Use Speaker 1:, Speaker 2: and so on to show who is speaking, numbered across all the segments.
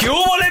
Speaker 1: ¿Qué hubo, le,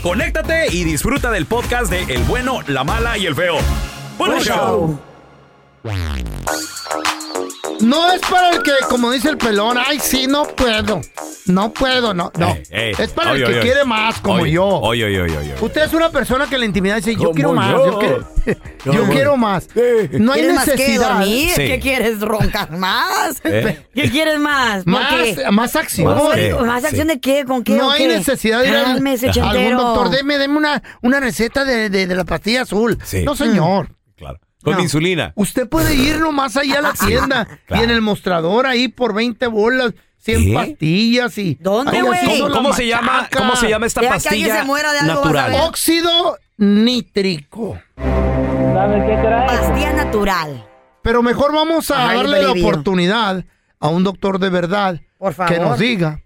Speaker 1: conéctate y disfruta del podcast de El bueno, la mala y el feo. Bueno,
Speaker 2: Buen
Speaker 1: show.
Speaker 2: No es para el que, como dice el pelón, ay, sí, no puedo. No puedo, no, no.
Speaker 1: Eh, eh,
Speaker 2: es para
Speaker 1: oye,
Speaker 2: el que
Speaker 1: oye,
Speaker 2: quiere
Speaker 1: oye.
Speaker 2: más, como
Speaker 1: Oye,
Speaker 2: yo.
Speaker 1: Oye, oye, oye, oye.
Speaker 2: Usted es una persona que en la intimidad dice, yo
Speaker 1: Como
Speaker 2: quiero más,
Speaker 1: yo.
Speaker 2: yo, quiero, yo
Speaker 1: Yo.
Speaker 2: quiero más. No hay
Speaker 3: ¿Quieres más que
Speaker 2: necesidad.
Speaker 3: dormir?
Speaker 1: Sí.
Speaker 3: ¿Qué quieres? ¿Roncar más?
Speaker 1: ¿Eh?
Speaker 3: ¿Qué quieres más? ¿Por
Speaker 2: Más,
Speaker 3: qué?
Speaker 2: más acción.
Speaker 1: Más que-
Speaker 3: ¿Con ¿Más
Speaker 1: Sí.
Speaker 3: acción de qué? ¿Con qué?
Speaker 2: No
Speaker 3: o
Speaker 2: hay
Speaker 3: qué?
Speaker 2: necesidad de ir al-
Speaker 3: Cálmese,
Speaker 2: algún
Speaker 3: ochentero.
Speaker 2: doctor. Deme, deme una, una receta de, de- de la pastilla azul.
Speaker 1: Sí.
Speaker 2: No, señor.
Speaker 1: Claro. Con
Speaker 2: No.
Speaker 1: insulina.
Speaker 2: Usted puede ir nomás allá a la tienda
Speaker 1: claro.
Speaker 2: y en el mostrador ahí por 20 bolas, 100
Speaker 1: ¿Qué?
Speaker 2: pastillas y...
Speaker 3: ¿Dónde,
Speaker 2: Ay,
Speaker 3: güey?
Speaker 2: así
Speaker 1: ¿Cómo,
Speaker 2: son
Speaker 1: cómo
Speaker 2: las
Speaker 1: se llama,
Speaker 2: machacas.
Speaker 1: ¿Cómo se llama este? esta
Speaker 3: Deja que alguien
Speaker 1: pastilla
Speaker 3: se muera de algo, vas a
Speaker 1: natural?
Speaker 3: ver.
Speaker 2: Óxido nítrico.
Speaker 3: Pastilla natural.
Speaker 2: Pero mejor vamos a
Speaker 3: Ay,
Speaker 2: darle la
Speaker 3: alivio.
Speaker 2: oportunidad a un doctor de verdad
Speaker 3: Por favor.
Speaker 2: que nos diga,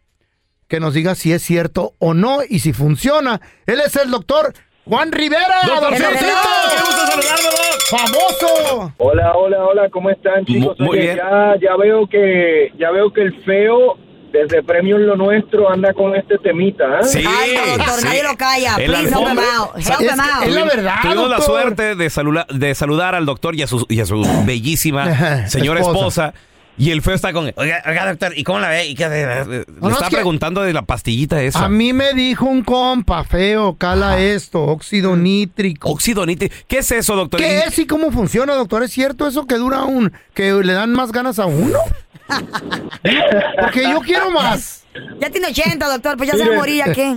Speaker 2: que nos diga si es cierto o no y si funciona. Él es el doctor Juan Rivera.
Speaker 1: Doctor
Speaker 2: ¡Doctorcito!
Speaker 1: Feocito, ¡Qué gusto saludarlo, Doc!
Speaker 2: famoso.
Speaker 4: Hola, hola, hola, ¿cómo están chicos?
Speaker 1: Mu- muy
Speaker 4: Oye,
Speaker 1: bien.
Speaker 4: Ya, ya veo que ya veo que el feo desde Premium Lo Nuestro anda con este temita, ¿eh?
Speaker 1: Sí,
Speaker 3: Alto, doctor,
Speaker 1: sí.
Speaker 3: nadie lo calla.
Speaker 1: El
Speaker 3: Please help him
Speaker 1: alfombra-
Speaker 3: out. Help
Speaker 2: Es
Speaker 3: him
Speaker 2: que-
Speaker 3: out.
Speaker 2: es la verdad,
Speaker 1: Tuvimos la
Speaker 2: doctor.
Speaker 1: suerte de, salula- de saludar al doctor y a su, y a su bellísima señora
Speaker 2: Esposa.
Speaker 1: esposa. Y el feo está con, oiga, oiga, doctor, ¿y cómo la ve? ¿Y qué hace?"
Speaker 2: No,
Speaker 1: Le
Speaker 2: no,
Speaker 1: está
Speaker 2: es que-
Speaker 1: preguntando de la pastillita esa.
Speaker 2: A mí me dijo un compa feo, cala esto, óxido
Speaker 1: Mm.
Speaker 2: nítrico.
Speaker 1: Óxido nítrico. ¿Qué es eso, doctor?
Speaker 2: ¿Qué es y cómo funciona, doctor? ¿Es cierto eso que dura un... que le dan más ganas a uno? Porque yo quiero más.
Speaker 3: Ya tiene 80, doctor, pues ya se va a morir, ¿ya qué?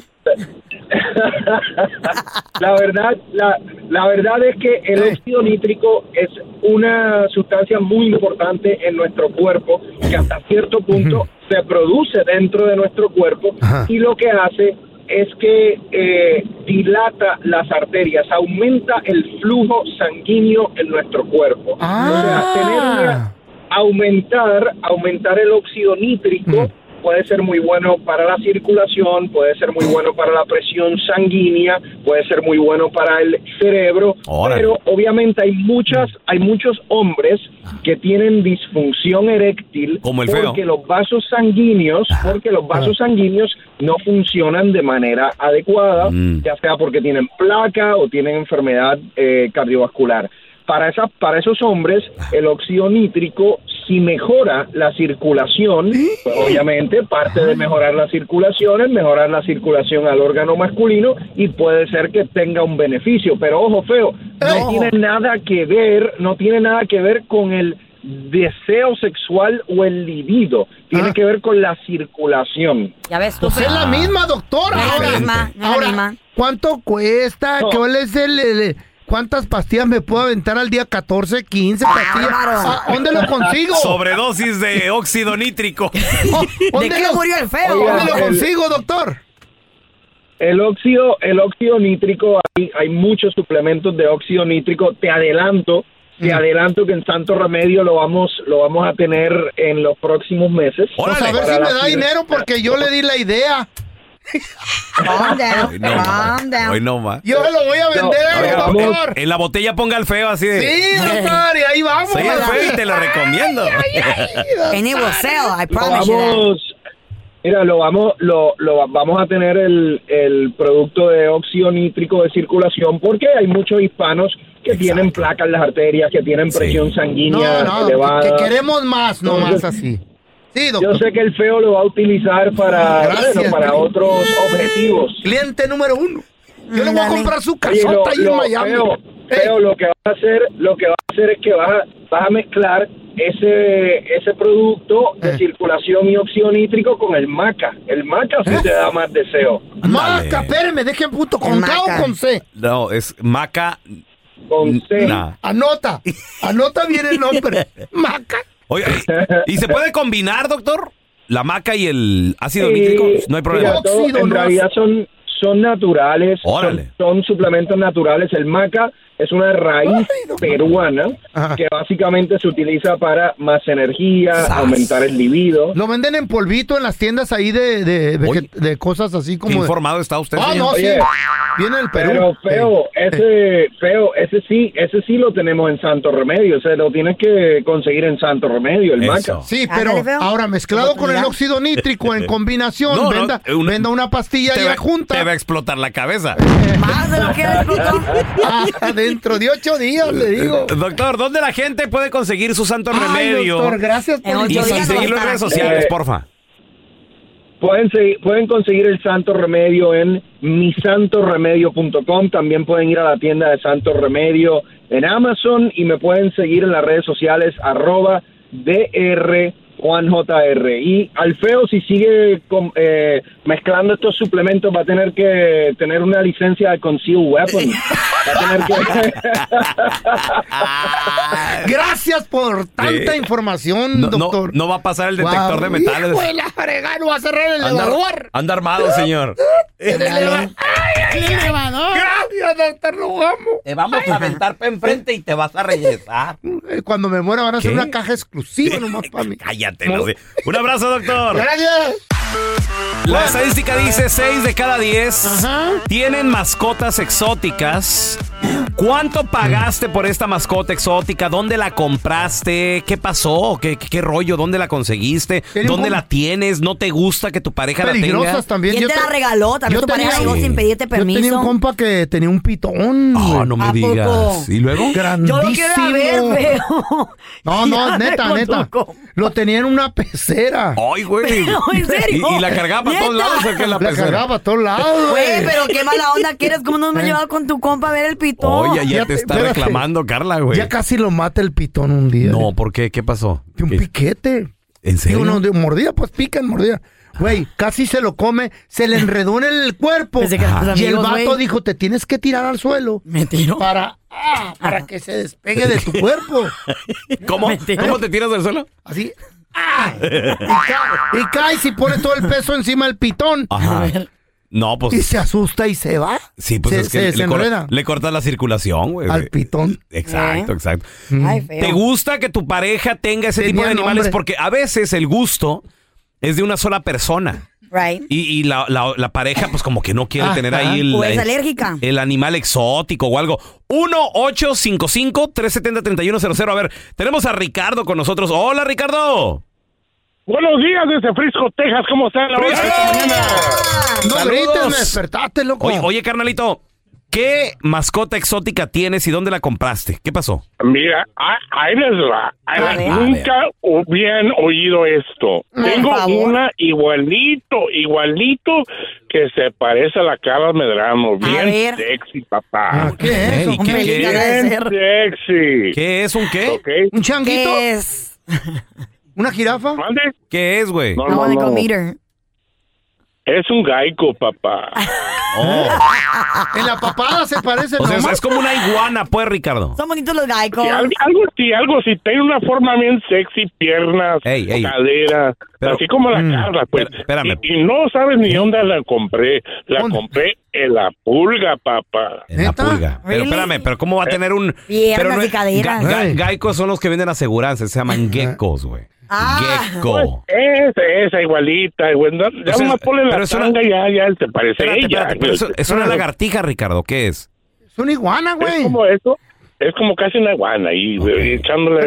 Speaker 4: La verdad, la, la verdad es que el
Speaker 2: Eh.
Speaker 4: óxido nítrico es una sustancia muy importante en nuestro cuerpo que hasta cierto punto se produce dentro de nuestro cuerpo
Speaker 2: Ajá.
Speaker 4: y lo que hace es que eh, dilata las arterias, aumenta el flujo sanguíneo en nuestro cuerpo.
Speaker 2: Ah.
Speaker 4: O sea, tener
Speaker 1: Ah.
Speaker 4: una- aumentar, aumentar el óxido nítrico puede ser muy bueno para la circulación, puede ser muy bueno para la presión sanguínea, puede ser muy bueno para el cerebro,
Speaker 1: Órale.
Speaker 4: pero obviamente hay muchas, hay muchos hombres que tienen disfunción eréctil
Speaker 1: Como el feo.
Speaker 4: porque los vasos sanguíneos, porque los vasos sanguíneos no funcionan de manera adecuada,
Speaker 1: Mm.
Speaker 4: ya sea porque tienen placa o tienen enfermedad eh, cardiovascular. Para, esa, para esos hombres, el óxido nítrico, si mejora la circulación,
Speaker 1: ¿Eh?
Speaker 4: pues obviamente parte de mejorar la circulación es mejorar la circulación al órgano masculino y puede ser que tenga un beneficio. Pero ojo, feo,
Speaker 1: Eh.
Speaker 4: no tiene nada que ver, no tiene nada que ver con el deseo sexual o el libido, tiene
Speaker 2: Ah.
Speaker 4: que ver con la circulación.
Speaker 3: Ya ves tú,
Speaker 2: Pues es la misma, doctora.
Speaker 3: No es la
Speaker 2: Ahora-
Speaker 3: misma, no es la
Speaker 2: ahora,
Speaker 3: misma.
Speaker 2: ¿Cuánto cuesta?
Speaker 4: No.
Speaker 2: ¿Cuál es el, el- ¿Cuántas pastillas me puedo aventar al día? 14, 15 pastillas.
Speaker 3: bárbaro.
Speaker 2: Ah, ¿Dónde lo consigo?
Speaker 1: Sobredosis de óxido nítrico.
Speaker 2: Oh,
Speaker 3: ¿De
Speaker 2: ¿Dónde
Speaker 3: qué
Speaker 2: lo,
Speaker 3: murió el feo?
Speaker 4: Oiga,
Speaker 2: dónde lo
Speaker 4: el-
Speaker 2: consigo, doctor?
Speaker 4: El óxido, el óxido nítrico, hay, hay muchos suplementos de óxido nítrico. Te adelanto, te adelanto que en Santo Remedio lo vamos, lo vamos a tener en los próximos meses.
Speaker 1: Órale.
Speaker 2: Pues a ver
Speaker 4: Para
Speaker 2: si
Speaker 4: la
Speaker 2: me da
Speaker 4: fibra.
Speaker 2: dinero porque yo le di la idea.
Speaker 5: Calm down,
Speaker 1: Hoy no más.
Speaker 5: calm down.
Speaker 1: Hoy no más.
Speaker 2: Yo lo voy a vender,
Speaker 1: Oiga,
Speaker 2: doctor.
Speaker 1: en la botella ponga el feo así de.
Speaker 3: Eh.
Speaker 2: Sí, doctor, y ahí vamos.
Speaker 1: Soy el feo y te lo recomiendo.
Speaker 3: And it will sell, I
Speaker 4: Lo
Speaker 3: promise you that.
Speaker 4: vamos, mira, lo vamos, lo, lo vamos a tener el, el producto de óxido nítrico de circulación porque hay muchos hispanos que tienen placas en las arterias, que tienen
Speaker 1: Sí.
Speaker 4: presión sanguínea
Speaker 2: No, no,
Speaker 4: elevada.
Speaker 2: que queremos más, no más
Speaker 4: Entonces-
Speaker 2: así. Sí,
Speaker 4: Yo
Speaker 2: doctor.
Speaker 4: sé que el feo lo va a utilizar para,
Speaker 2: Gracias.
Speaker 4: bueno, para otros objetivos.
Speaker 2: Cliente número uno. Yo le voy a
Speaker 3: Dale.
Speaker 2: comprar su
Speaker 4: Oye,
Speaker 2: casota
Speaker 4: lo-
Speaker 2: ahí
Speaker 4: lo-
Speaker 2: en Miami.
Speaker 4: Feo,
Speaker 2: Ey,
Speaker 4: feo, lo que vas a hacer, lo que vas a hacer es que vas a, vas a mezclar ese ese producto de
Speaker 2: Eh.
Speaker 4: circulación y óxido nítrico con el maca. El maca sí te da más deseo.
Speaker 2: Maca,
Speaker 1: Ándale.
Speaker 2: espérame, dejen punto. ¿Con K o
Speaker 3: Maca.
Speaker 2: con C?
Speaker 1: No, es maca.
Speaker 4: Con C.
Speaker 1: Nah.
Speaker 2: Anota. Anota bien el nombre. Maca.
Speaker 1: Oiga, ¿y, y se puede combinar, doctor? La maca y el ácido
Speaker 2: Eh,
Speaker 4: Sí,
Speaker 1: nítrico. No hay
Speaker 4: mira,
Speaker 1: problema.
Speaker 4: todo-
Speaker 2: Óxido,
Speaker 4: en
Speaker 2: ¿no?
Speaker 4: realidad son son naturales,
Speaker 1: Órale.
Speaker 4: son, son suplementos naturales. El maca es una raíz peruana
Speaker 2: Ajá.
Speaker 4: que básicamente se utiliza para más energía,
Speaker 1: Sas.
Speaker 4: aumentar el libido.
Speaker 2: Lo venden en polvito en las tiendas ahí de, de, de-
Speaker 1: Oye.
Speaker 2: de cosas así
Speaker 1: ¿Qué
Speaker 2: como. de-
Speaker 1: informado está usted?
Speaker 2: Ah,
Speaker 1: señor?
Speaker 2: no, sí.
Speaker 4: Oye.
Speaker 2: Viene del
Speaker 4: Pero
Speaker 2: Perú.
Speaker 4: feo,
Speaker 2: Eh, eh.
Speaker 4: ese feo, ese sí, ese sí lo tenemos en Santo Remedio, o sea, lo tienes que conseguir en Santo Remedio, el
Speaker 1: Eso.
Speaker 4: maca.
Speaker 2: Sí,
Speaker 3: Ándale,
Speaker 2: pero
Speaker 3: feo.
Speaker 2: ahora mezclado con el
Speaker 3: Oportunidad.
Speaker 2: óxido nítrico en combinación,
Speaker 1: No, no,
Speaker 2: venda,
Speaker 1: eh, una-
Speaker 2: venda una pastilla
Speaker 1: Te
Speaker 2: ya
Speaker 1: va,
Speaker 2: junta
Speaker 1: te va a explotar la cabeza.
Speaker 3: Más de lo que le explotó.
Speaker 2: Ah, dentro de ocho días, le digo.
Speaker 1: Eh, Doctor, ¿dónde la gente puede conseguir su santo
Speaker 2: Ay,
Speaker 1: remedio?
Speaker 2: doctor, gracias por
Speaker 3: En
Speaker 2: el
Speaker 1: y,
Speaker 3: ocho
Speaker 2: consejo.
Speaker 1: y
Speaker 3: días no
Speaker 1: seguirlo en
Speaker 3: está.
Speaker 1: redes sociales,
Speaker 4: Eh,
Speaker 1: porfa.
Speaker 4: Pueden, segui- pueden conseguir el Santo Remedio en misantoremedio.com, también pueden ir a la tienda de Santo Remedio en Amazon y me pueden seguir en las redes sociales arroba dr JR. Y al feo, si sigue com- eh, mezclando estos suplementos, va a tener que tener una licencia de Conceal Weapon. Va a tener que...
Speaker 2: Gracias por tanta
Speaker 1: Sí.
Speaker 2: información,
Speaker 1: No, no-
Speaker 2: doctor.
Speaker 1: no va a pasar el detector de metales.
Speaker 2: Hijo de la fregada, no va a cerrar el
Speaker 1: Anda,
Speaker 2: elevador.
Speaker 1: anda armado, señor.
Speaker 2: El elevador. ¡Ay, el elevador! Gracias, doctor, lo amo.
Speaker 6: Te vamos a aventar para enfrente y te vas a regresar.
Speaker 2: Eh, Cuando me muera van a hacer
Speaker 1: ¿Qué?
Speaker 2: una caja exclusiva nomás para mí.
Speaker 1: Cállate, no sé. Un abrazo, doctor.
Speaker 2: Gracias.
Speaker 1: La estadística dice 6 de cada 10
Speaker 2: Ajá.
Speaker 1: tienen mascotas exóticas. ¿Cuánto pagaste por esta mascota exótica? ¿Dónde la compraste? ¿Qué pasó? ¿Qué, qué- qué rollo? ¿Dónde la conseguiste?
Speaker 2: Tiene un
Speaker 1: ¿Dónde
Speaker 2: com-
Speaker 1: la tienes? ¿No te gusta que tu pareja la tenga?
Speaker 2: Peligrosas también.
Speaker 3: ¿Quién
Speaker 2: Yo
Speaker 3: te la
Speaker 2: te-
Speaker 3: regaló? También
Speaker 2: yo
Speaker 3: tu pareja
Speaker 2: tenía-
Speaker 3: llegó sin pedirte
Speaker 2: Yo tenía un
Speaker 3: permiso.
Speaker 2: compa que tenía un pitón.
Speaker 1: Ah,
Speaker 2: güey.
Speaker 1: no
Speaker 3: ¿A
Speaker 1: me
Speaker 3: poco?
Speaker 1: digas. ¿Y luego?
Speaker 3: Yo
Speaker 2: Grandísimo.
Speaker 3: lo quiero ir a ver, feo.
Speaker 2: No,
Speaker 3: Ir
Speaker 2: no,
Speaker 3: a ver
Speaker 2: neta,
Speaker 3: con tu
Speaker 2: neta.
Speaker 3: compa.
Speaker 2: Lo tenía en una pecera.
Speaker 1: Ay, güey.
Speaker 3: Pero, ¿en serio?
Speaker 1: Y, y la cargaba para todos
Speaker 3: ¿Neta?
Speaker 1: lados, ¿o qué? Oh,
Speaker 2: La
Speaker 1: la pecera?
Speaker 2: cagaba a todos lados.
Speaker 3: Güey,
Speaker 2: güey.
Speaker 3: pero qué mala onda que eres. ¿Cómo no me has llevado con tu compa a ver el pitón?
Speaker 1: Oye, ya,
Speaker 2: Ya
Speaker 1: te
Speaker 2: te-
Speaker 1: está
Speaker 2: espérate.
Speaker 1: reclamando, Carla, güey.
Speaker 2: Ya casi lo mata el pitón un día.
Speaker 1: No, ¿por qué? ¿Qué pasó?
Speaker 2: De un
Speaker 1: ¿Qué-
Speaker 2: piquete.
Speaker 1: ¿En serio?
Speaker 2: Digo, no, de mordida, pues pican, mordida. Güey, casi se lo come, se le enredó en el cuerpo.
Speaker 3: Pensé que eran tus
Speaker 2: y el
Speaker 3: amigos,
Speaker 2: vato
Speaker 3: güey.
Speaker 2: dijo, te tienes que tirar al suelo
Speaker 3: Me tiró.
Speaker 2: para, ah, para que se despegue de tu cuerpo.
Speaker 1: ¿Cómo,
Speaker 3: Mentira.
Speaker 1: ¿Cómo te tiras del suelo?
Speaker 2: Así. ¡ah! Y, cae, y cae y pone todo el peso encima del pitón.
Speaker 1: Ajá.
Speaker 2: Y
Speaker 1: No, Ah, pues.
Speaker 2: se asusta y se va.
Speaker 1: Sí, pues
Speaker 2: se,
Speaker 1: es
Speaker 2: se
Speaker 1: que le, cor-
Speaker 2: desenreda
Speaker 1: le cortas la circulación, güey.
Speaker 2: al pitón.
Speaker 1: Exacto,
Speaker 3: Eh.
Speaker 1: exacto.
Speaker 3: Ay, feo.
Speaker 1: ¿Te gusta que tu pareja tenga ese tipo
Speaker 2: Tenía
Speaker 1: de animales?
Speaker 2: nombre.
Speaker 1: Porque a veces el gusto es de una sola persona.
Speaker 3: Right.
Speaker 1: Y, y la, la- la pareja, pues como que no quiere tener ahí el,
Speaker 3: O es
Speaker 1: el-
Speaker 3: alérgica.
Speaker 1: el animal exótico o algo. 1-855-370-3100. A ver, tenemos a Ricardo con nosotros. Hola, Ricardo.
Speaker 7: Buenos días desde Frisco, Texas. ¿Cómo está la hora?
Speaker 2: No
Speaker 1: Saludos.
Speaker 2: grites, me despertaste, loco.
Speaker 1: Oye, oye, carnalito, ¿qué mascota exótica tienes y dónde la compraste? ¿Qué pasó?
Speaker 7: Mira, a- ahí les va. Ahí
Speaker 3: A
Speaker 7: va.
Speaker 3: ver.
Speaker 7: Nunca hubieran oído esto. Tengo
Speaker 3: favor.
Speaker 7: una igualito, igualito que se parece a la Carla Medrano. Bien
Speaker 3: ver.
Speaker 7: sexy,
Speaker 2: Ah,
Speaker 7: papá.
Speaker 2: ¿Qué es eso?
Speaker 1: ¿Y qué,
Speaker 3: Hombre,
Speaker 1: qué-
Speaker 3: Ricardo.
Speaker 7: Bien sexy.
Speaker 1: qué es un qué?
Speaker 7: ¿Ok?
Speaker 2: ¿Un changuito?
Speaker 3: ¿Qué es?
Speaker 2: ¿Una jirafa?
Speaker 7: ¿Mande?
Speaker 1: ¿Qué es, güey?
Speaker 7: No,
Speaker 3: I
Speaker 7: no,
Speaker 3: wanna go
Speaker 7: no.
Speaker 3: meet her.
Speaker 7: Es un gaico, papá.
Speaker 1: Oh,
Speaker 2: En la papada se parece
Speaker 1: o sea,
Speaker 2: nomás.
Speaker 1: Pues es como una iguana, pues, Ricardo.
Speaker 3: Son bonitos los gaicos.
Speaker 7: Sí, al- algo sí, algo sí. Tiene una forma bien sexy, piernas,
Speaker 1: Ey, mm, ey.
Speaker 7: cadera. Así como la Carla, pues. Y, y no sabes ni dónde la compré. La compré en la pulga, papá.
Speaker 1: En la pulga. Pero espérame, pero ¿cómo va
Speaker 7: Eh,
Speaker 1: a tener un.
Speaker 3: Piernas
Speaker 1: pero
Speaker 3: y
Speaker 1: es-
Speaker 3: caderas.
Speaker 1: Ga- ga- Gaicos son los que venden aseguranzas, se llaman geckos, güey.
Speaker 3: Ah.
Speaker 1: Gecko.
Speaker 7: Pues, Esa, esa igualita, güey. No, Ya
Speaker 1: Oh. O sea,
Speaker 7: una ponle
Speaker 1: pero
Speaker 7: la
Speaker 1: es una-
Speaker 7: tanga ya, ya te parece
Speaker 1: Espérate,
Speaker 7: ella.
Speaker 1: espérate, pero eso- es una lagartija, Ricardo, ¿qué es?
Speaker 2: Es una iguana,
Speaker 7: güey. Es como eso. Es como casi una iguana ahí, güey, echándole.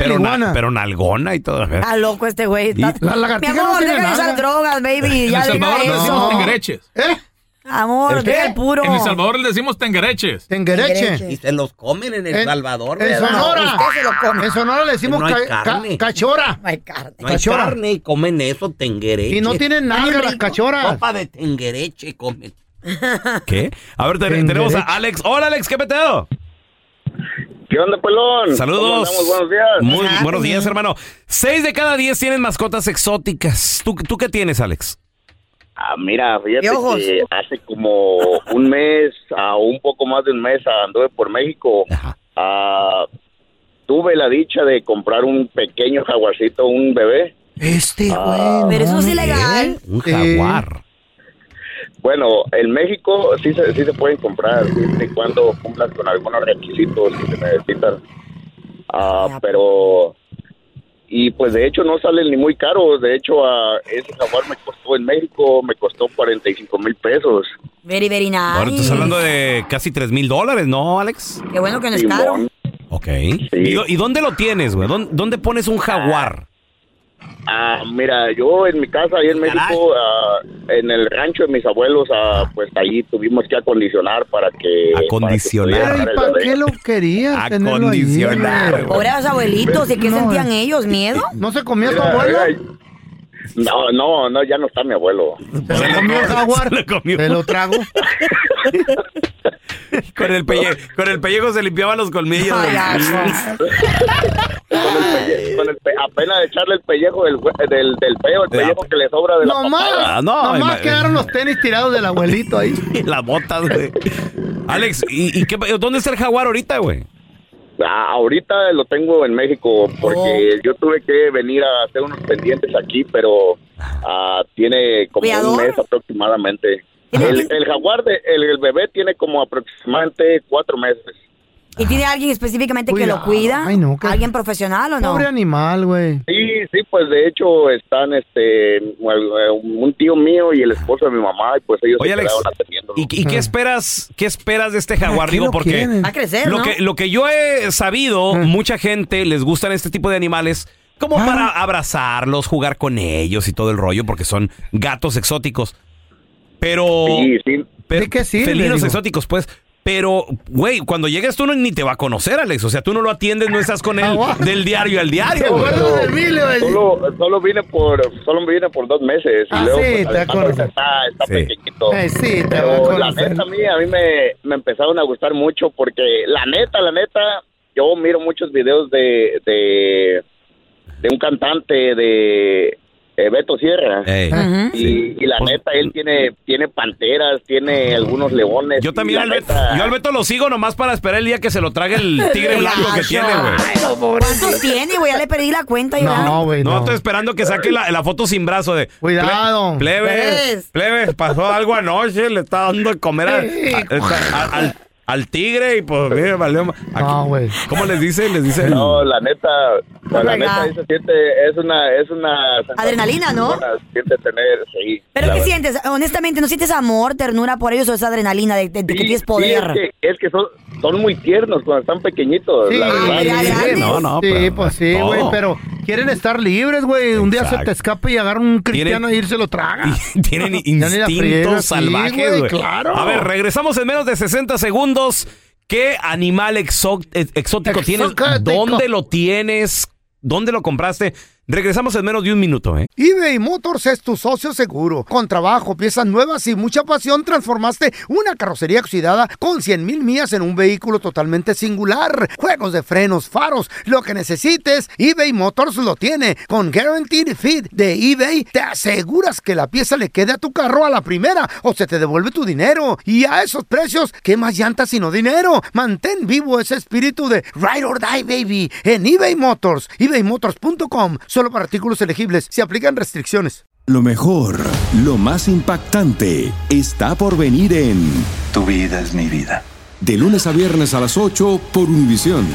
Speaker 1: pero, na- pero nalgona y todo.
Speaker 3: Está loco este güey. Está-
Speaker 1: La lagartija
Speaker 3: Mi
Speaker 1: no
Speaker 3: amor,
Speaker 1: tiene
Speaker 3: deja de
Speaker 1: nalga.
Speaker 3: usar drogas, baby.
Speaker 5: En
Speaker 3: ya
Speaker 5: El Salvador le
Speaker 3: deja
Speaker 5: decimos
Speaker 3: eso.
Speaker 5: tengereches.
Speaker 2: ¿Eh?
Speaker 3: Amor, deja el puro.
Speaker 5: En El Salvador le decimos tengereches.
Speaker 2: Tengereche.
Speaker 6: Y se los comen en El
Speaker 2: En-
Speaker 6: Salvador.
Speaker 2: En
Speaker 6: ¿verdad?
Speaker 2: Sonora.
Speaker 6: Usted se lo come.
Speaker 2: En Sonora le decimos
Speaker 6: No hay
Speaker 2: ca- ca-
Speaker 6: carne.
Speaker 2: cachora.
Speaker 6: No hay
Speaker 2: Cachora.
Speaker 6: carne y comen eso, tengereche.
Speaker 2: Y no tienen nalga las cachoras.
Speaker 6: Copa de tengereche comen.
Speaker 1: ¿Qué? A ver, te- tenemos a Alex. Hola, Alex, ¿qué peteo?
Speaker 8: ¿Qué onda, pelón? ¿Cómo
Speaker 1: Saludos.
Speaker 8: andamos? Buenos días.
Speaker 1: Muy
Speaker 8: Ah,
Speaker 1: buenos
Speaker 8: sí.
Speaker 1: días, hermano. Seis de cada diez tienen mascotas exóticas. ¿Tú, tú qué tienes, Alex?
Speaker 8: Ah, mira, fíjate
Speaker 1: ¿Y ojos?
Speaker 8: que hace como un mes, a un poco más de un mes, anduve por México. Ah, tuve la dicha de comprar un pequeño jaguarcito, un bebé.
Speaker 2: Este, güey.
Speaker 3: Pero eso es
Speaker 1: ¿Eh?
Speaker 3: ilegal.
Speaker 1: Un jaguar.
Speaker 8: Bueno, en México sí se, sí se pueden comprar siempre y cuando cumplas con algunos requisitos que se necesitan. Ah, pero. Y pues de hecho no salen ni muy caros. De hecho, ah, ese jaguar me costó en México, me costó 45 mil pesos.
Speaker 3: Very, very nice.
Speaker 1: Ahora estás hablando de casi tres mil dólares, ¿no, Alex?
Speaker 3: Qué bueno que no es caro.
Speaker 1: Ok. ¿Y, do- y dónde lo tienes, güey? ¿Dónde, dónde pones un jaguar?
Speaker 8: Ah, mira, yo en mi casa, ahí en México, ah, en el rancho de mis abuelos, ah, pues ahí tuvimos que acondicionar para que...
Speaker 1: Acondicionar.
Speaker 8: para que pudiera
Speaker 2: ¿Para
Speaker 8: dar el bebé.
Speaker 2: qué lo querías tenerlo ahí,
Speaker 1: Acondicionar,
Speaker 2: güey?
Speaker 3: Pobre a los abuelitos, ¿y qué
Speaker 2: No,
Speaker 3: sentían ellos? ¿Miedo?
Speaker 2: ¿No se comía tu
Speaker 8: Mira,
Speaker 2: abuelo?
Speaker 8: mira, No, no, no, ya no está mi abuelo.
Speaker 2: ¿Se comió el jaguar?
Speaker 1: Se lo,
Speaker 2: trago.
Speaker 1: Con el, pellejo, con el pellejo se limpiaban los colmillos. güey.
Speaker 8: Con el pelle- con el pe- apenas echarle el pellejo del, jue- del, del peo, el pellejo que le sobra de la
Speaker 2: No
Speaker 8: papada.
Speaker 2: más. No más
Speaker 1: ima-
Speaker 2: quedaron los tenis tirados del abuelito ahí.
Speaker 1: Las botas, güey. Alex, ¿y, y qué pa- dónde está el jaguar ahorita, güey?
Speaker 8: Ah, ahorita lo tengo en México porque
Speaker 1: Oh.
Speaker 8: yo tuve que venir a hacer unos pendientes aquí, pero ah, tiene como un mes aproximadamente. El, el jaguar, de, el, el bebé tiene como aproximadamente cuatro meses.
Speaker 3: ¿Y tiene alguien específicamente que lo cuida? ¿Alguien profesional o no?
Speaker 2: Pobre animal, güey.
Speaker 8: Sí, sí, pues de hecho están este un tío mío y el esposo de mi mamá y pues ellos
Speaker 1: Oye,
Speaker 8: se
Speaker 1: Alex,
Speaker 8: quedaron atendiéndolo.
Speaker 1: ¿Y, y qué esperas? ¿Qué esperas de este jaguar?
Speaker 2: Ah,
Speaker 8: ¿Para qué
Speaker 1: Digo,
Speaker 8: lo
Speaker 1: porque
Speaker 8: quieren? Va a crecer,
Speaker 1: lo
Speaker 8: ¿no?
Speaker 1: que lo que yo he
Speaker 2: Ah.
Speaker 1: sabido, mucha gente les gustan este tipo de animales como para abrazarlos, jugar con ellos y todo el rollo, porque son gatos exóticos. Pero, pero-
Speaker 2: ¿De qué sirve,
Speaker 1: felinos
Speaker 2: digo?
Speaker 1: exóticos, pues. Pero, güey, cuando llegues tú no, ni te va a conocer, Alex. O sea, tú no lo atiendes, no estás con él
Speaker 2: Ah,
Speaker 1: del diario al diario. güey. Pues,
Speaker 8: Solo, solo vine por solo vine por dos meses y
Speaker 1: Ah,
Speaker 8: luego
Speaker 1: sí,
Speaker 8: pues,
Speaker 1: te
Speaker 8: Alejandro
Speaker 1: acuerdas.
Speaker 8: está, está
Speaker 1: Sí.
Speaker 8: pequeñito.
Speaker 1: Eh, sí, te va a
Speaker 8: Pero la
Speaker 1: conocer.
Speaker 8: neta a mí, a mí me, me empezaron a gustar mucho porque la neta, la neta, yo miro muchos videos de de, de un cantante de eh, Beto Sierra.
Speaker 1: Ajá.
Speaker 8: y, y la
Speaker 1: Pues,
Speaker 8: neta, él tiene tiene panteras, tiene algunos leones.
Speaker 1: eh, Yo también al Beto, yo al Beto lo sigo nomás para esperar el día que se lo trague el tigre blanco que tiene, güey.
Speaker 3: ¿Cuántos tiene, güey? Ya le perdí la cuenta, ya.
Speaker 2: güey.
Speaker 1: No, estoy esperando que saque la, la foto sin brazo de.
Speaker 2: Cuidado.
Speaker 1: Plebe, plebe,
Speaker 2: Pues.
Speaker 1: pasó algo anoche, le está dando de comer a- a- a- a- al, al tigre y pues, mire, valió. ma- aquí- ¿Cómo les dice? Les dice. el-
Speaker 8: No, la neta, la,
Speaker 1: Verdad.
Speaker 8: neta ahí se siente, es una, es una sensación
Speaker 3: Adrenalina, ¿no?
Speaker 8: chingona, se siente tener, sí.
Speaker 3: ¿Pero
Speaker 8: la
Speaker 3: qué
Speaker 8: verdad.
Speaker 3: sientes? Honestamente, ¿no sientes amor, ternura por ellos o esa adrenalina de, de- de que tienes poder?
Speaker 8: Sí, es que, es que son, son muy tiernos cuando están pequeñitos. la
Speaker 3: ah,
Speaker 8: verdad.
Speaker 1: no, no,
Speaker 2: Sí,
Speaker 1: pero-
Speaker 2: pues sí,
Speaker 1: todo.
Speaker 2: güey, pero quieren estar libres, güey. Un día se te escapa y agarra un cristiano e irse lo traga.
Speaker 1: Tienen
Speaker 2: Ya ni la friega,
Speaker 1: instintos
Speaker 2: sí,
Speaker 1: salvajes,
Speaker 2: güey,
Speaker 1: güey.
Speaker 2: Claro.
Speaker 1: A ver, regresamos en menos de 60 segundos. ¿Qué animal exo- ex- exótico tienes?
Speaker 2: Exótico.
Speaker 1: ¿Dónde lo tienes? ¿Dónde lo compraste? Regresamos en menos de un minuto, ¿eh?
Speaker 2: eBay Motors es tu socio seguro. Con trabajo, piezas nuevas y mucha pasión, transformaste una carrocería oxidada con 100 mil millas en un vehículo totalmente singular. Juegos de frenos, faros, lo que necesites, eBay Motors lo tiene. Con Guaranteed Fit de eBay, te aseguras que la pieza le quede a tu carro a la primera o se te devuelve tu dinero. Y a esos precios, ¿qué más llantas sino dinero? Mantén vivo ese espíritu de Ride or Die, baby, en eBay Motors. ebaymotors.com. Solicita Solo para artículos elegibles. Se aplican restricciones.
Speaker 9: Lo mejor, lo más impactante, está por venir en Tu vida es mi vida. De lunes a viernes a las 8 por Univisión.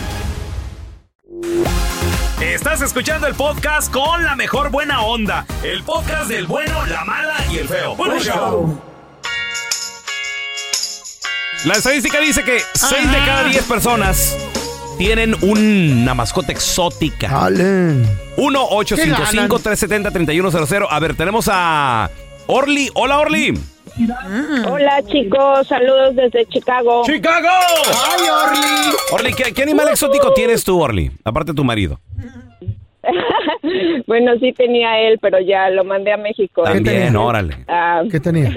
Speaker 1: Estás escuchando el podcast con la mejor buena onda. El podcast del bueno, la mala y el feo. Bueno, show. La estadística dice que 6 de cada 10 personas tienen una mascota exótica.
Speaker 2: ¿Qué ganan?
Speaker 1: 1-855-370-3100. A ver, tenemos a Orly. Hola, Orly.
Speaker 8: Hola chicos, saludos desde Chicago.
Speaker 1: ¡Chicago!
Speaker 8: ¡Ay, Orly!
Speaker 1: Orly, ¿qué, qué animal exótico tienes tú, Orly? Aparte de tu marido.
Speaker 8: bueno, sí tenía él, pero ya lo mandé a México.
Speaker 1: También, órale.
Speaker 8: Ah,
Speaker 2: ¿Qué tenía?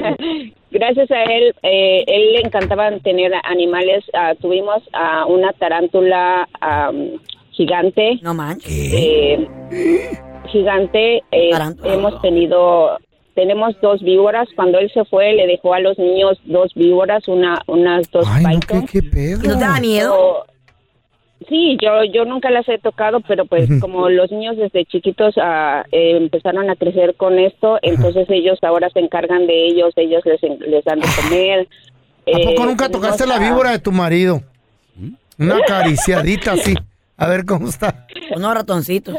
Speaker 8: gracias a él, eh, él le encantaba tener animales. Ah, tuvimos a una tarántula ah, gigante. No manches. gigante. eh, hemos tenido, tenemos dos víboras. Cuando él se fue, le dejó a los niños dos víboras, una, unas dos python.
Speaker 3: ¿No te da miedo?
Speaker 8: Sí, yo, yo nunca las he tocado, pero pues como los niños desde chiquitos ah, eh, empezaron a crecer con esto, entonces ellos ahora se encargan de ellos, ellos les, en- les dan de comer.
Speaker 2: ¿A
Speaker 8: Eh,
Speaker 2: poco nunca tocaste la
Speaker 8: tenemos a-
Speaker 2: víbora de tu marido?
Speaker 1: ¿Mm?
Speaker 2: Una acariciadita así. A ver cómo está.
Speaker 3: Unos ratoncitos.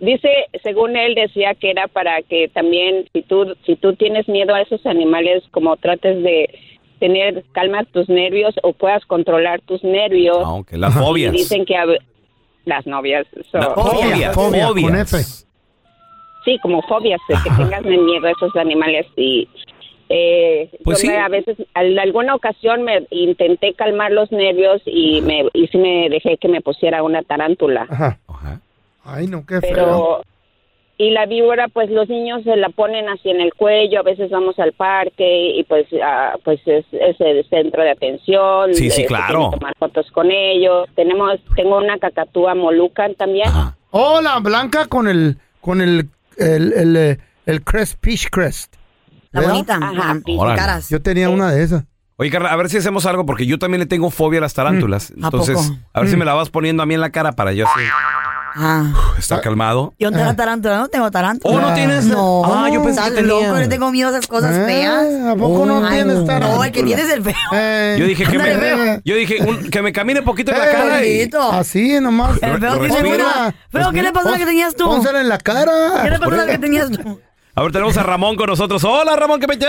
Speaker 8: Dice, según él decía que era para que también si tú si tú tienes miedo a esos animales, como trates de tener calma tus nervios o puedas controlar tus nervios.
Speaker 1: Ah, ok, las fobias.
Speaker 8: Y dicen que a ve- las novias. so-
Speaker 1: La fobia,
Speaker 8: Entonces,
Speaker 1: fobia, con
Speaker 8: Sí, como fobias, de que tengas miedo a esos animales y eh,
Speaker 1: Pues
Speaker 8: yo me-
Speaker 1: sí.
Speaker 8: a veces, en alguna ocasión me intenté calmar los nervios y me y sí me dejé que me pusiera una tarántula.
Speaker 1: Ah,
Speaker 2: Ay, no, qué feo.
Speaker 8: pero y la víbora pues los niños se la ponen así en el cuello a veces vamos al parque y pues ah, pues es, es el centro de atención
Speaker 1: Sí, sí,
Speaker 8: eh, se
Speaker 1: claro.
Speaker 8: tienen que tomar fotos con ellos tenemos tengo una cacatúa moluca también
Speaker 2: Oh, la blanca con el con el el, el, eh, el crest peach crest.
Speaker 3: La
Speaker 2: ¿Verdad?
Speaker 3: bonita. Ajá,
Speaker 1: Órale.
Speaker 3: caras.
Speaker 2: Yo tenía una de esas.
Speaker 1: Oye, Carla, a ver si hacemos algo, porque yo también le tengo fobia a las tarántulas.
Speaker 3: ¿A
Speaker 1: Entonces,
Speaker 3: poco?
Speaker 1: a ver si
Speaker 3: Mm.
Speaker 1: me la vas poniendo a mí en la cara para yo así
Speaker 3: Ah.
Speaker 1: estar calmado.
Speaker 3: Yo no
Speaker 2: Ah.
Speaker 3: tengo tarántula, no tengo tarántula.
Speaker 1: ¿Oh, no tienes?
Speaker 3: No.
Speaker 1: Ah, yo pensé que
Speaker 3: Estás
Speaker 1: tenía.
Speaker 3: loco, yo tengo miedo a esas cosas
Speaker 2: Ah,
Speaker 3: feas.
Speaker 2: ¿a poco no tienes Eh, tarántula?
Speaker 3: No, el que tienes es el feo.
Speaker 1: Yo dije que
Speaker 3: Ándale,
Speaker 1: me,
Speaker 3: feo.
Speaker 1: yo dije un- que me camine poquito en la
Speaker 2: Eh,
Speaker 1: cara. y-
Speaker 3: Maldito.
Speaker 2: Así nomás.
Speaker 1: El feo tiene
Speaker 2: Respira.
Speaker 1: una-
Speaker 3: Feo, ¿qué le pasó a la que tenías tú?
Speaker 2: Pónsela en la cara.
Speaker 3: ¿Qué le pasó a la que tenías tú?
Speaker 1: A ver, tenemos a Ramón con nosotros. Hola, Ramón, qué pecho.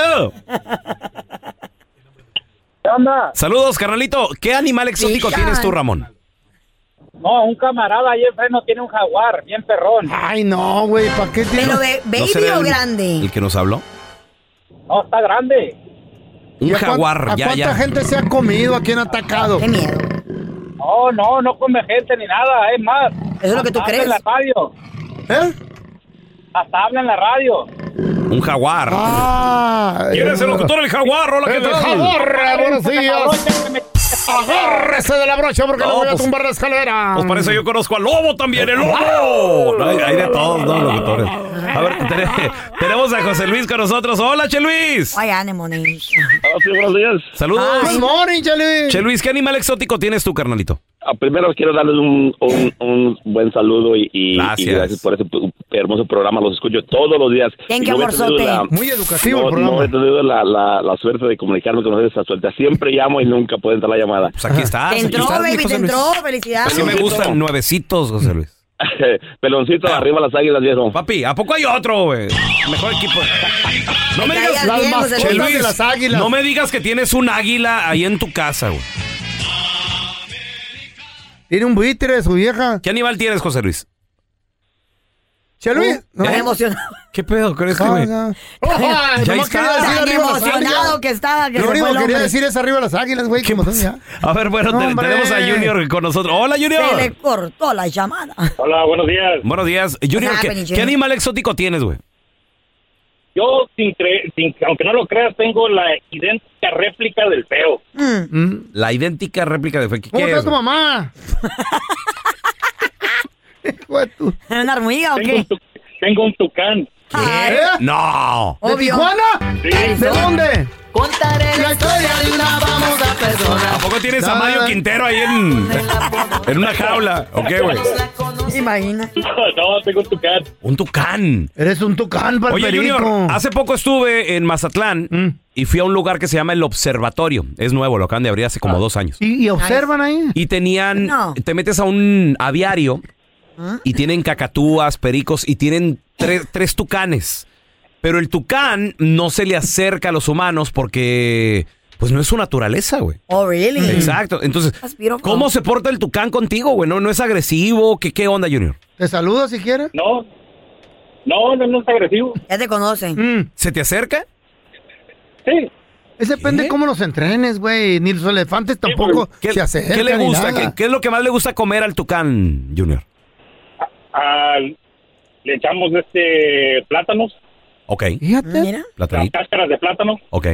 Speaker 10: ¿Qué onda?
Speaker 1: Saludos, carnalito. ¿Qué animal exótico
Speaker 10: Mijan.
Speaker 1: tienes tú, Ramón?
Speaker 10: No, un camarada ahí freno tiene un jaguar, bien perrón.
Speaker 2: Ay, no, güey, ¿para qué tiene?
Speaker 3: Pero ve-
Speaker 1: ¿No
Speaker 3: baby
Speaker 1: será
Speaker 3: o
Speaker 1: el-
Speaker 3: grande.
Speaker 1: ¿El que nos habló?
Speaker 10: No, está grande.
Speaker 1: Un
Speaker 2: ¿Y a cuán-
Speaker 1: jaguar,
Speaker 2: ¿A
Speaker 1: ya,
Speaker 2: cuánta
Speaker 1: ya.
Speaker 2: gente se ha comido? ¿A quién ha
Speaker 1: Ah,
Speaker 2: atacado? Qué
Speaker 3: miedo.
Speaker 10: No, no, no come gente ni nada, es más.
Speaker 3: Eso es lo que tú crees.
Speaker 10: Habla en la radio.
Speaker 2: ¿Eh?
Speaker 10: Hasta habla en la radio.
Speaker 1: Un jaguar.
Speaker 2: Ah,
Speaker 1: ¿Quién es el locutor del jaguar? Hola, ¿qué
Speaker 2: El
Speaker 1: tal?
Speaker 2: jaguar, buenos días. Agárrese de la brocha porque
Speaker 1: No,
Speaker 2: le voy a
Speaker 1: pues-
Speaker 2: tumbar la escalera.
Speaker 1: Pues para eso yo conozco al lobo también, el lobo. No, hay, hay de todos, ¿no? Locutores. A ver, ten- tenemos a José Luis con nosotros. Hola, Che Luis.
Speaker 3: Ay, ánimo, niño.
Speaker 4: Ah, buenos días.
Speaker 1: Saludos.
Speaker 2: Good morning, Chely.
Speaker 1: Che Luis, ¿qué animal exótico tienes tú, carnalito?
Speaker 4: Ah, Primero quiero darles un, un- un buen saludo y, y- y gracias. por ese p- hermoso programa. Los escucho todos los días.
Speaker 3: Thank
Speaker 4: Y
Speaker 3: you,
Speaker 4: no he
Speaker 3: amorzote.
Speaker 4: tenido la-
Speaker 2: Muy educativo
Speaker 4: no-
Speaker 2: el programa.
Speaker 4: No he tenido la, la- la suerte de comunicarme con ustedes hasta ahorita. Siempre llamo y nunca puede entrar la llamada.
Speaker 1: Pues aquí estás.
Speaker 3: Te entró,
Speaker 1: aquí estás, mi
Speaker 3: baby, te
Speaker 1: José Luis.
Speaker 3: entró. Felicidades.
Speaker 1: Así me gustan nuevecitos, José Luis.
Speaker 4: Peloncito, arriba las águilas, viejo.
Speaker 1: Papi, ¿a poco hay otro, güey? Mejor equipo. No me
Speaker 3: Te
Speaker 1: digas,
Speaker 3: callas Las bien, José
Speaker 1: Che
Speaker 3: Luis.
Speaker 1: Luis, No me digas que tienes un águila ahí en tu casa, güey.
Speaker 2: Tiene un buitre de su vieja.
Speaker 1: ¿Qué animal tienes, José Luis?
Speaker 2: Che Luis.
Speaker 3: No. Tan emocionado.
Speaker 1: ¿Qué pedo crees que,
Speaker 2: Ah,
Speaker 1: güey?
Speaker 2: ya.
Speaker 3: Ay,
Speaker 1: Ya
Speaker 2: Ah, nomás
Speaker 1: está.
Speaker 2: quería decir
Speaker 3: Tan
Speaker 2: arriba las águilas.
Speaker 3: emocionado que estaba. Que
Speaker 2: Lo
Speaker 3: se
Speaker 2: único
Speaker 3: fue el
Speaker 2: que quería
Speaker 3: hombre.
Speaker 2: decir es arriba las águilas, güey. como son ya.
Speaker 1: A ver, bueno,
Speaker 2: No,
Speaker 1: te-
Speaker 2: hombre.
Speaker 1: tenemos a Junior con nosotros. Hola,
Speaker 3: Se le
Speaker 1: Junior.
Speaker 3: cortó la llamada.
Speaker 1: Hola, buenos días. Buenos días. Junior,
Speaker 3: What's
Speaker 1: ¿qué,
Speaker 3: happening,
Speaker 1: qué
Speaker 3: Junior?
Speaker 1: animal exótico tienes, güey?
Speaker 10: Yo, sin cre- sin- aunque no lo creas, tengo la idéntica réplica del feo.
Speaker 1: La idéntica réplica de Fequi.
Speaker 2: ¿Cómo
Speaker 1: ¿Qué
Speaker 2: está
Speaker 1: es,
Speaker 2: tu
Speaker 1: güey?
Speaker 2: mamá?
Speaker 3: ¿Era una hormiga o
Speaker 10: Tengo
Speaker 3: qué?
Speaker 10: un tu- Tengo un tucán.
Speaker 1: ¿Qué?
Speaker 2: ¿Eh?
Speaker 1: ¡No!
Speaker 2: ¿De
Speaker 3: Obvio.
Speaker 2: Tijuana? ¿De dónde?
Speaker 3: Contaré
Speaker 2: la historia de una famosa persona.
Speaker 1: ¿A poco tienes a Mario Quintero ahí en, en una jaula? ¿O qué, güey?
Speaker 3: Imagina.
Speaker 11: no, tengo tu cara.
Speaker 1: Un tucán.
Speaker 2: Eres un tucán,
Speaker 1: Oye,
Speaker 2: Barberico.
Speaker 1: Junior, hace poco estuve en Mazatlán y fui a un lugar que se llama El Observatorio. Es nuevo, lo acaban de abrir hace como dos años.
Speaker 2: ¿Y, y observan ahí?
Speaker 1: Y tenían,
Speaker 2: No.
Speaker 1: te metes a un aviario y tienen cacatúas, pericos y tienen tres, tres tucanes. Pero el tucán no se le acerca a los humanos porque, pues no es su naturaleza, güey.
Speaker 3: Oh, really?
Speaker 1: Exacto. Entonces,
Speaker 3: That's beautiful.
Speaker 1: ¿cómo se porta el tucán contigo, güey? No, no es agresivo. ¿Qué, qué onda, Junior?
Speaker 2: ¿Te saluda si quieres?
Speaker 11: No. No, no, no es agresivo.
Speaker 3: Ya te conocen.
Speaker 1: Mm. ¿Se te acerca?
Speaker 11: Sí.
Speaker 2: Es depende cómo los entrenes, güey. Ni los elefantes tampoco
Speaker 1: ¿Qué,
Speaker 2: se acercan.
Speaker 1: qué le
Speaker 2: ni
Speaker 1: gusta?
Speaker 2: nada.
Speaker 1: ¿Qué, qué es lo que más le gusta comer al tucán, Junior?
Speaker 11: Ah, le echamos este plátanos,
Speaker 1: Ok.
Speaker 3: Mm,
Speaker 2: Mm.
Speaker 3: Mira.
Speaker 1: Platanito.
Speaker 11: cáscaras de plátano.
Speaker 1: Ok.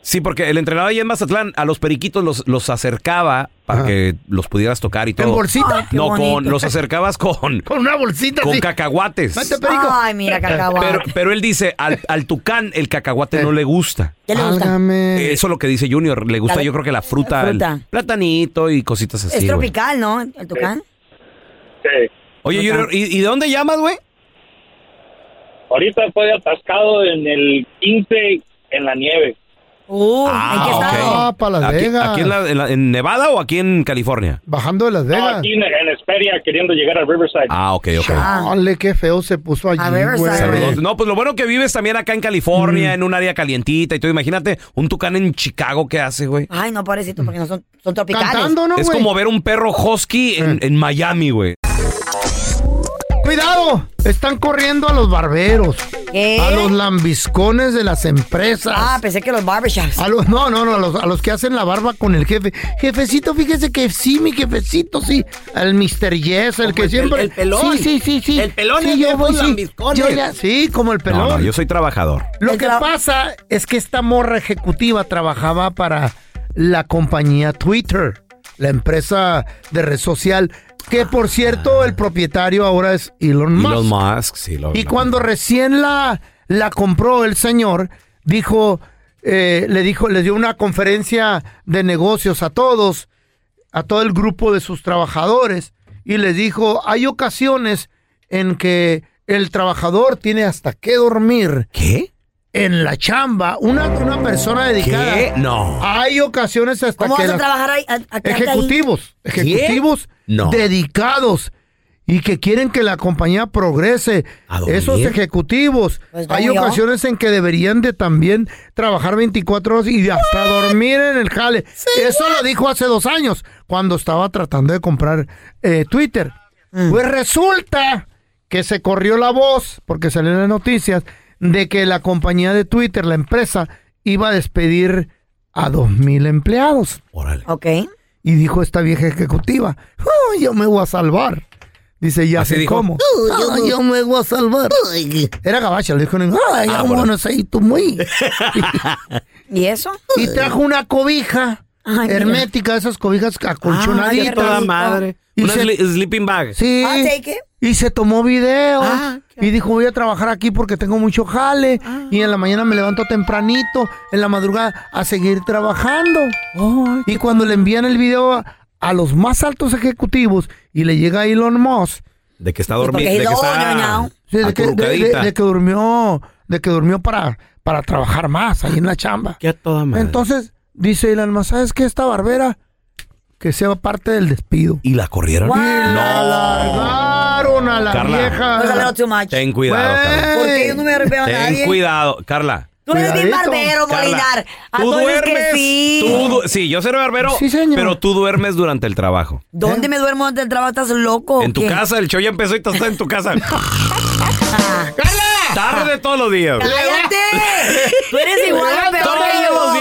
Speaker 1: Sí, porque el entrenador ahí en Mazatlán a los periquitos los, los acercaba para que los pudieras tocar y todo.
Speaker 2: bolsita? Ay, qué
Speaker 1: no,
Speaker 2: bonito.
Speaker 1: con, los acercabas con,
Speaker 2: Con una bolsita
Speaker 1: con
Speaker 2: así.
Speaker 1: cacahuates.
Speaker 2: Vete, perico.
Speaker 3: Ay, mira, cacahuate.
Speaker 1: Pero, pero él dice, al, al tucán el cacahuate no le gusta.
Speaker 3: Ya le gusta.
Speaker 1: Eso es lo que dice Junior. Le gusta
Speaker 3: La-
Speaker 1: yo creo que la fruta, el
Speaker 3: fruta.
Speaker 1: platanito y cositas
Speaker 3: es
Speaker 1: así. güey. Eh.
Speaker 3: tropical, ¿no? El tucán.
Speaker 1: Oye, Junior, ¿y, y de dónde llamas, güey?
Speaker 11: Ahorita estoy atascado en el 15 en la nieve.
Speaker 3: Uh,
Speaker 1: Ah,
Speaker 2: ¿en qué
Speaker 1: ok.
Speaker 2: estado? Ah, pa' Las
Speaker 1: Aquí-
Speaker 2: Vegas.
Speaker 1: aquí en, la- en la- en Nevada o aquí en California?
Speaker 2: Bajando de Las Vegas.
Speaker 11: Aquí en, en Hesperia, queriendo llegar a Riverside.
Speaker 1: Ah, ok, ok.
Speaker 2: Chale, qué feo se puso allí, güey.
Speaker 1: Saludos. No, pues lo bueno que vives también acá en California,
Speaker 2: Mm.
Speaker 1: en un área calientita y todo. Imagínate un tucán en Chicago, ¿qué hace, güey?
Speaker 3: Ay, no, pobrecito, porque no son, son tropicales.
Speaker 1: es como ver un perro husky en, en Miami, güey.
Speaker 2: ¡Cuidado! Están corriendo a los barberos.
Speaker 3: ¿Qué?
Speaker 2: A los lambiscones de las empresas.
Speaker 3: Ah, pensé que los barbershops.
Speaker 2: A los, no, no, no, a los, a los que hacen la barba con el jefe. Jefecito, fíjese que sí, mi jefecito, sí. El Mr. Yes, el que
Speaker 6: el pel-
Speaker 2: siempre.
Speaker 6: el pelón.
Speaker 2: Sí, sí, sí, sí.
Speaker 6: El pelón
Speaker 2: sí,
Speaker 6: es de
Speaker 2: yo voy,
Speaker 6: esos
Speaker 2: sí.
Speaker 6: lambiscones.
Speaker 2: Yo ya- sí, como el pelón.
Speaker 1: No, no, yo soy trabajador.
Speaker 2: Lo que pasa es que esta morra ejecutiva trabajaba para la compañía Twitter, la empresa de red social, que por cierto el propietario ahora es Elon Musk.
Speaker 1: Elon Musk, sí, lo
Speaker 2: Y
Speaker 1: lo-
Speaker 2: cuando recién la, la compró el señor, dijo, eh, le dijo, le dio una conferencia de negocios a todos, a todo el grupo de sus trabajadores, y les dijo, hay ocasiones en que el trabajador tiene hasta que dormir.
Speaker 1: ¿Qué?
Speaker 2: En la chamba, una, una persona dedicada.
Speaker 1: ¿Qué? No.
Speaker 2: Hay ocasiones hasta
Speaker 3: ¿Cómo
Speaker 2: que
Speaker 3: vas a
Speaker 2: la-
Speaker 3: trabajar ahí? a- a- a-
Speaker 2: Ejecutivos,
Speaker 3: ahí?
Speaker 2: ejecutivos
Speaker 1: No.
Speaker 2: dedicados y que quieren que la compañía progrese.
Speaker 1: dormir?
Speaker 2: Esos ejecutivos.
Speaker 3: Pues no,
Speaker 2: Hay
Speaker 3: yo.
Speaker 2: ocasiones en que deberían de también trabajar 24 horas y hasta dormir en el jale. Eso lo dijo hace dos años cuando estaba tratando de comprar eh, Twitter.
Speaker 3: Mm.
Speaker 2: Pues resulta que se corrió la voz, porque salió en las noticias, de que la compañía de Twitter, la empresa, iba a despedir a 2.000 empleados.
Speaker 3: Ok.
Speaker 2: Y dijo esta vieja ejecutiva, "Oh, yo me voy a salvar. Dice, ya
Speaker 1: Así
Speaker 2: sé
Speaker 1: dijo.
Speaker 2: cómo.
Speaker 1: Oh, yo-
Speaker 2: "Ah, yo me voy a salvar. Era gabacha, le dijo, "Ay,
Speaker 1: Ah,
Speaker 2: I'm
Speaker 1: bueno.
Speaker 2: gonna say to me".
Speaker 3: ¿Y eso?
Speaker 2: Y trajo una cobija
Speaker 3: mira.
Speaker 2: hermética, esas cobijas
Speaker 1: Ay, a
Speaker 2: acolchonaditas.
Speaker 1: toda madre.
Speaker 2: Ah. Y
Speaker 1: Una
Speaker 2: se-
Speaker 1: sli- sleeping bag.
Speaker 2: Sí.
Speaker 3: I'll take it.
Speaker 2: Y se tomó video
Speaker 3: Ah,
Speaker 2: y dijo, voy a trabajar aquí porque tengo mucho jale y en la mañana me levanto tempranito, en la madrugada, a seguir trabajando. y cuando le envían el video a, a los más altos ejecutivos y le llega a Elon Musk,
Speaker 1: De que está
Speaker 3: porque
Speaker 1: dormido. De
Speaker 3: he's
Speaker 1: que
Speaker 3: older now.
Speaker 1: está
Speaker 2: sí, de, que, de- de-
Speaker 1: acurrucadita.
Speaker 2: de que durmió, de que durmió para, para trabajar más ahí en la chamba.
Speaker 1: Que a toda madre.
Speaker 2: Entonces dice Elon Musk, ¿sabes qué? Esta barbera que sea parte del despido.
Speaker 1: ¿Y la corrieron?
Speaker 2: ¡Guau!
Speaker 1: No.
Speaker 2: Claro, a la
Speaker 1: Carla.
Speaker 2: vieja.
Speaker 3: No salieron Pues too much.
Speaker 1: Ten cuidado, Carla.
Speaker 3: Porque yo no me arrepeo a
Speaker 1: Ten
Speaker 3: nadie.
Speaker 1: cuidado, Carla.
Speaker 3: Tú eres bien
Speaker 2: Cuidadito.
Speaker 3: barbero,
Speaker 1: Carla,
Speaker 3: Molinar. A
Speaker 1: Tú
Speaker 3: todos los Ah, que
Speaker 1: duermes.
Speaker 3: sí.
Speaker 1: tú du- sí, yo seré barbero,
Speaker 2: Sí, señor.
Speaker 1: pero tú duermes durante el trabajo.
Speaker 3: ¿Dónde me duermo antes del trabajo? ¿Estás loco? o
Speaker 1: En tu
Speaker 3: qué?
Speaker 1: casa, el show ya empezó y tú estás en tu casa.
Speaker 2: ¡Carla!
Speaker 1: Tarde todos los días. güey.
Speaker 3: ¡Cállate! Tú eres igual a peor que yo.
Speaker 1: Todos los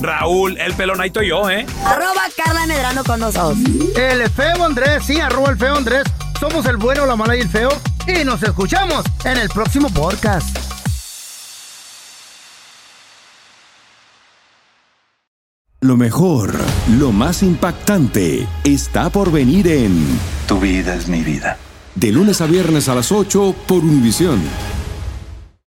Speaker 1: Raúl el Pelón, ahí estoy yo, ¿eh?
Speaker 3: Arroba Carla Medrano con nosotros.
Speaker 2: El feo Andrés, sí, arroba el feo Andrés. Somos el bueno, la mala y el feo. y nos escuchamos en el próximo podcast.
Speaker 9: Lo mejor, lo más impactante, está por venir en Tu vida es mi vida. De lunes a viernes a las 8 por Univisión.